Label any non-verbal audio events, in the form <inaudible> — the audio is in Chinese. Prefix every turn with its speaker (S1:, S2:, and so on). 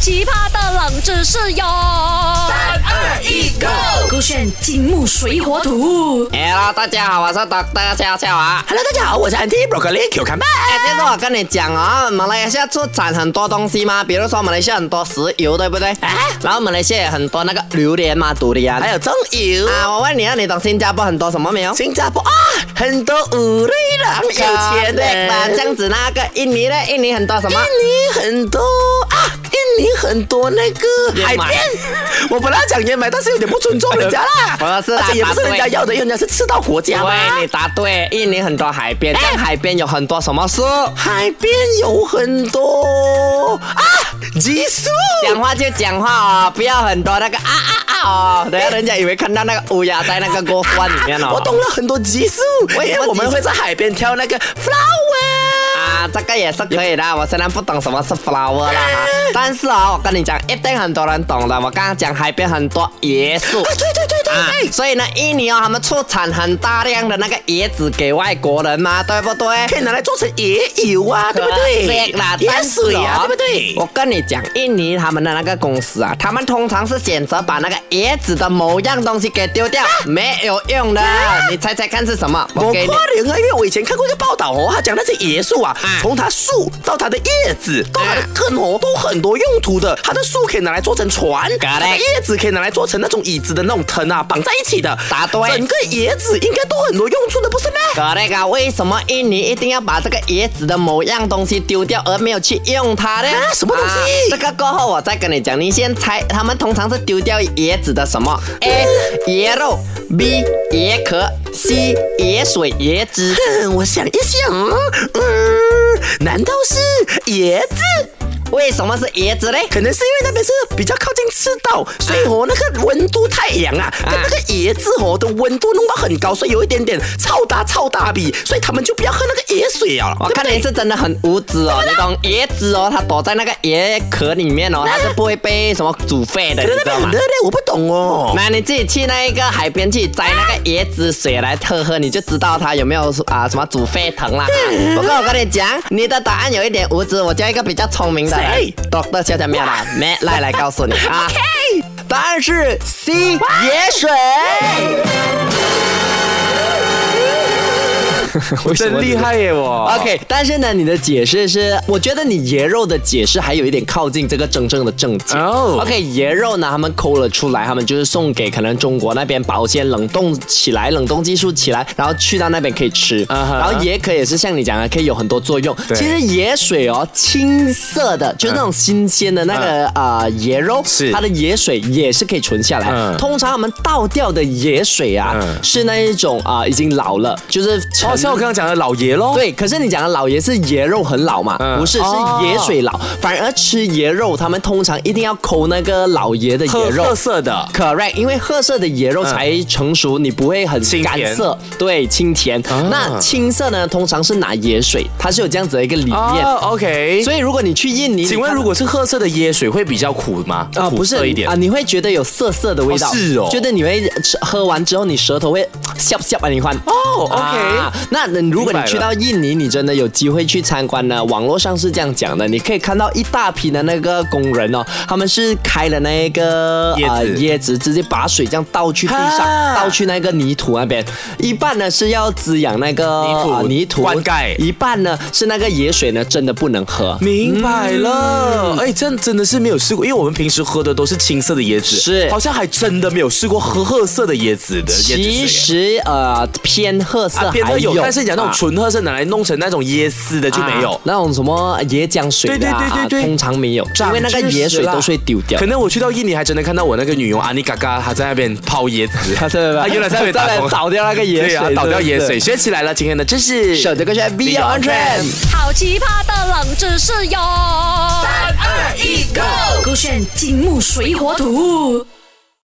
S1: 奇葩的冷知识哟！三
S2: 二一，Go！
S1: 勾选金木水火土。
S2: Hello，大哎家好，我是 Doctor 笑笑啊。
S3: Hello，大家好，我是 Andy Broccoli Q 看吧。
S2: 哎，其实我跟你讲啊、哦，马来西亚出产很多东西嘛，比如说马来西亚很多石油，对不对？
S3: 啊，
S2: 然后马来西亚也很多那个榴莲嘛，毒的啊。
S3: 还有棕油
S2: 啊，我问你啊，你懂新加坡很多什么没有？
S3: 新加坡啊，很多五类郎有钱
S2: 对吧？
S3: 的，
S2: 这样子那个印尼呢？印尼很多什
S3: 印
S2: 么？
S3: 尼很多啊，印尼很多那个海
S2: 燕麦。
S3: 边。我本来要讲燕麦，但是有点不尊重人家啦
S2: 我是
S3: 而且也不是
S2: 答对
S3: 人家要的，人家是吃到国家嘛。
S2: 对，你答对，印尼很多海边，
S3: 哎
S2: 这样海边有很多什么树？
S3: 海边有很多啊，激素。
S2: 讲话就讲话哦，不要很多那个啊啊啊哦，等下人家以为看到那个乌鸦在那个锅罐里面哦。
S3: 我懂了很多激素，因为我们会在海边跳那个 flower。
S2: 啊，这个也是可以的。我虽然不懂什么是 flower
S3: <laughs>
S2: 啦哈，但是啊、我跟你讲，一定很多人懂的。我刚刚讲海边很多椰树。
S3: 啊，对对对对
S2: 啊，
S3: 对，
S2: 所以呢，印尼哦，他们出产很大量的那个椰子给外国人嘛，对不对？
S3: 可以拿来做成椰油啊，对不对
S2: 对？啦，
S3: 椰水啊，对
S2: 但是哦
S3: 不对？
S2: 我跟你讲，印尼他们的那个公司啊，他们通常是选择把那个椰子的某样东西给丢
S3: 啊
S2: 掉，没有用的。你猜猜看是什么？
S3: 我
S2: 我给你
S3: 夸。人啊，因为我以前看过一个报道哦，他讲那些椰树啊，
S2: 啊
S3: 从它树到它的叶子到它的
S2: 啊
S3: 根哦，都很多用途的。它的树可以拿来做成船，它的
S2: Correct
S3: 叶子可以拿来做成那种椅子的那种藤啊，绑在一起的。
S2: 答对
S3: 整个椰子应该都很多用处的，不是吗？
S2: 搞那个，啊为什么印尼一定要把这个椰子的某样东西丢掉，而没有去用它呢？
S3: 啊什么东西
S2: 这个过后我再跟你讲，你先猜，他们通常是丢掉椰子的什么？A.
S3: 嗯
S2: 椰肉，B. 椰壳，C. 椰水、椰汁。
S3: 嗯，我想一想，嗯，难道是椰子？
S2: 为什么是椰子呢？
S3: 可能是因为那边是比较靠近赤道，所以哦，那个温度太阳啊，跟那个椰子哦的温度弄到很高，所以有一点点超大超大比，所以他们就不要喝那个椰水啊。
S2: 我看你是真的很无知哦，你懂椰子哦，它躲在那个椰壳里面哦，它是不会被什么煮沸的，你
S3: 可能那
S2: 知道
S3: 边
S2: 吗
S3: 很热？嘞，我不懂哦。
S2: 那你自己去那一个海边去摘那个椰子水来特喝，你就知道它有没有啊什么煮沸腾啦。
S3: 嗯
S2: 不过我跟你讲，你的答案有一点无知，我叫一个比较聪明的人
S3: 谁，
S2: 懂得小小
S3: <laughs>
S2: 妙啦，没赖来告诉你啊。答案是 C 椰水。
S3: 我真厉害耶我
S2: OK，但是呢，你的解释是，我觉得你椰肉的解释还有一点靠近这个真正的正解。
S3: 哦
S2: OK，椰肉呢，他们抠了出来，他们就是送给可能中国那边保鲜冷冻起来，冷冻技术起来，然后去到那边可以吃。
S3: 啊哈
S2: 然后椰壳也是像你讲的，可以有很多作用。
S3: 对
S2: 其实椰水哦，青色的，就是那种新鲜的那个啊、呃椰肉，
S3: 是
S2: 它的椰水也是可以存下来。
S3: 嗯
S2: 通常我们倒掉的椰水啊，
S3: 嗯哦
S2: 是那一种啊、已经老了，就是成
S3: 刚刚讲的老爷喽，
S2: 对，可是你讲的老爷是椰肉很老嘛？
S3: 嗯
S2: 不是，是
S3: 哦
S2: 椰水老。反而吃椰肉，他们通常一定要抠那个老爷的椰肉。
S3: 色的
S2: Correct，因为褐色的椰肉才成熟，你不会很
S3: 清
S2: 干
S3: 甜啊
S2: 涩，对，清甜。那青色呢，通常是拿椰水，它是有这样子的一个理念。
S3: 哦，OK
S2: 所以如果你去印尼，你看
S3: 果是褐色的椰水会比较苦吗？
S2: 啊、不是啊，你会觉得有涩涩的味道，
S3: 哦是哦
S2: 觉得你会吃喝完之后，你舌头会笑笑啊，你换
S3: 哦，OK
S2: 那那如
S3: 明白
S2: 果你
S3: 了
S2: 去到印尼，你真的有机会去参观呢，网络上是这样讲的，你可以看到一大批的那个工人哦，他们是开了那个
S3: 椰子
S2: 呃、椰子，直接把水这样倒去地上，
S3: 啊
S2: 倒去那个泥土那边，一半呢是要滋养那个
S3: 泥土
S2: 呃泥土
S3: 灌溉
S2: 一半呢是那个野水呢真的不能喝。
S4: 明白
S2: 嗯
S4: 了，哎、这样真的是没有试过，因为我们平时喝的都是青色的椰子，
S2: 是
S4: 好像还真的没有试过喝褐色的椰呃子的椰子水。啊
S2: 其实呃偏褐色还
S4: 啊，别的有，但是讲那种
S2: 啊
S4: 纯褐色拿来弄成那种椰丝的就没有。
S2: 啊那种什么椰浆水的啊、
S4: 对对对对对
S2: 通常没有，因
S4: 长
S2: 为那个
S4: 知识
S2: 椰水
S4: 啦
S2: 都是会丢掉
S4: 可。能我去到印尼还真的看到我那个女佣阿尼嘎嘎，她在那边泡椰子， <laughs>
S2: 他对吧？
S4: 她啊原来在那边
S2: <laughs>
S4: 打工，
S2: 倒掉那个椰
S4: 对
S2: 水，
S4: 啊，倒掉
S2: 对不
S4: 椰
S2: 对
S4: 水，。学起来了，今天的知识。
S2: 手这个是 V
S4: 较
S2: 安
S4: 安
S2: 全
S4: 全。
S1: 好奇葩的冷知识哟！三
S3: 二一 go
S1: 勾选金木水火土。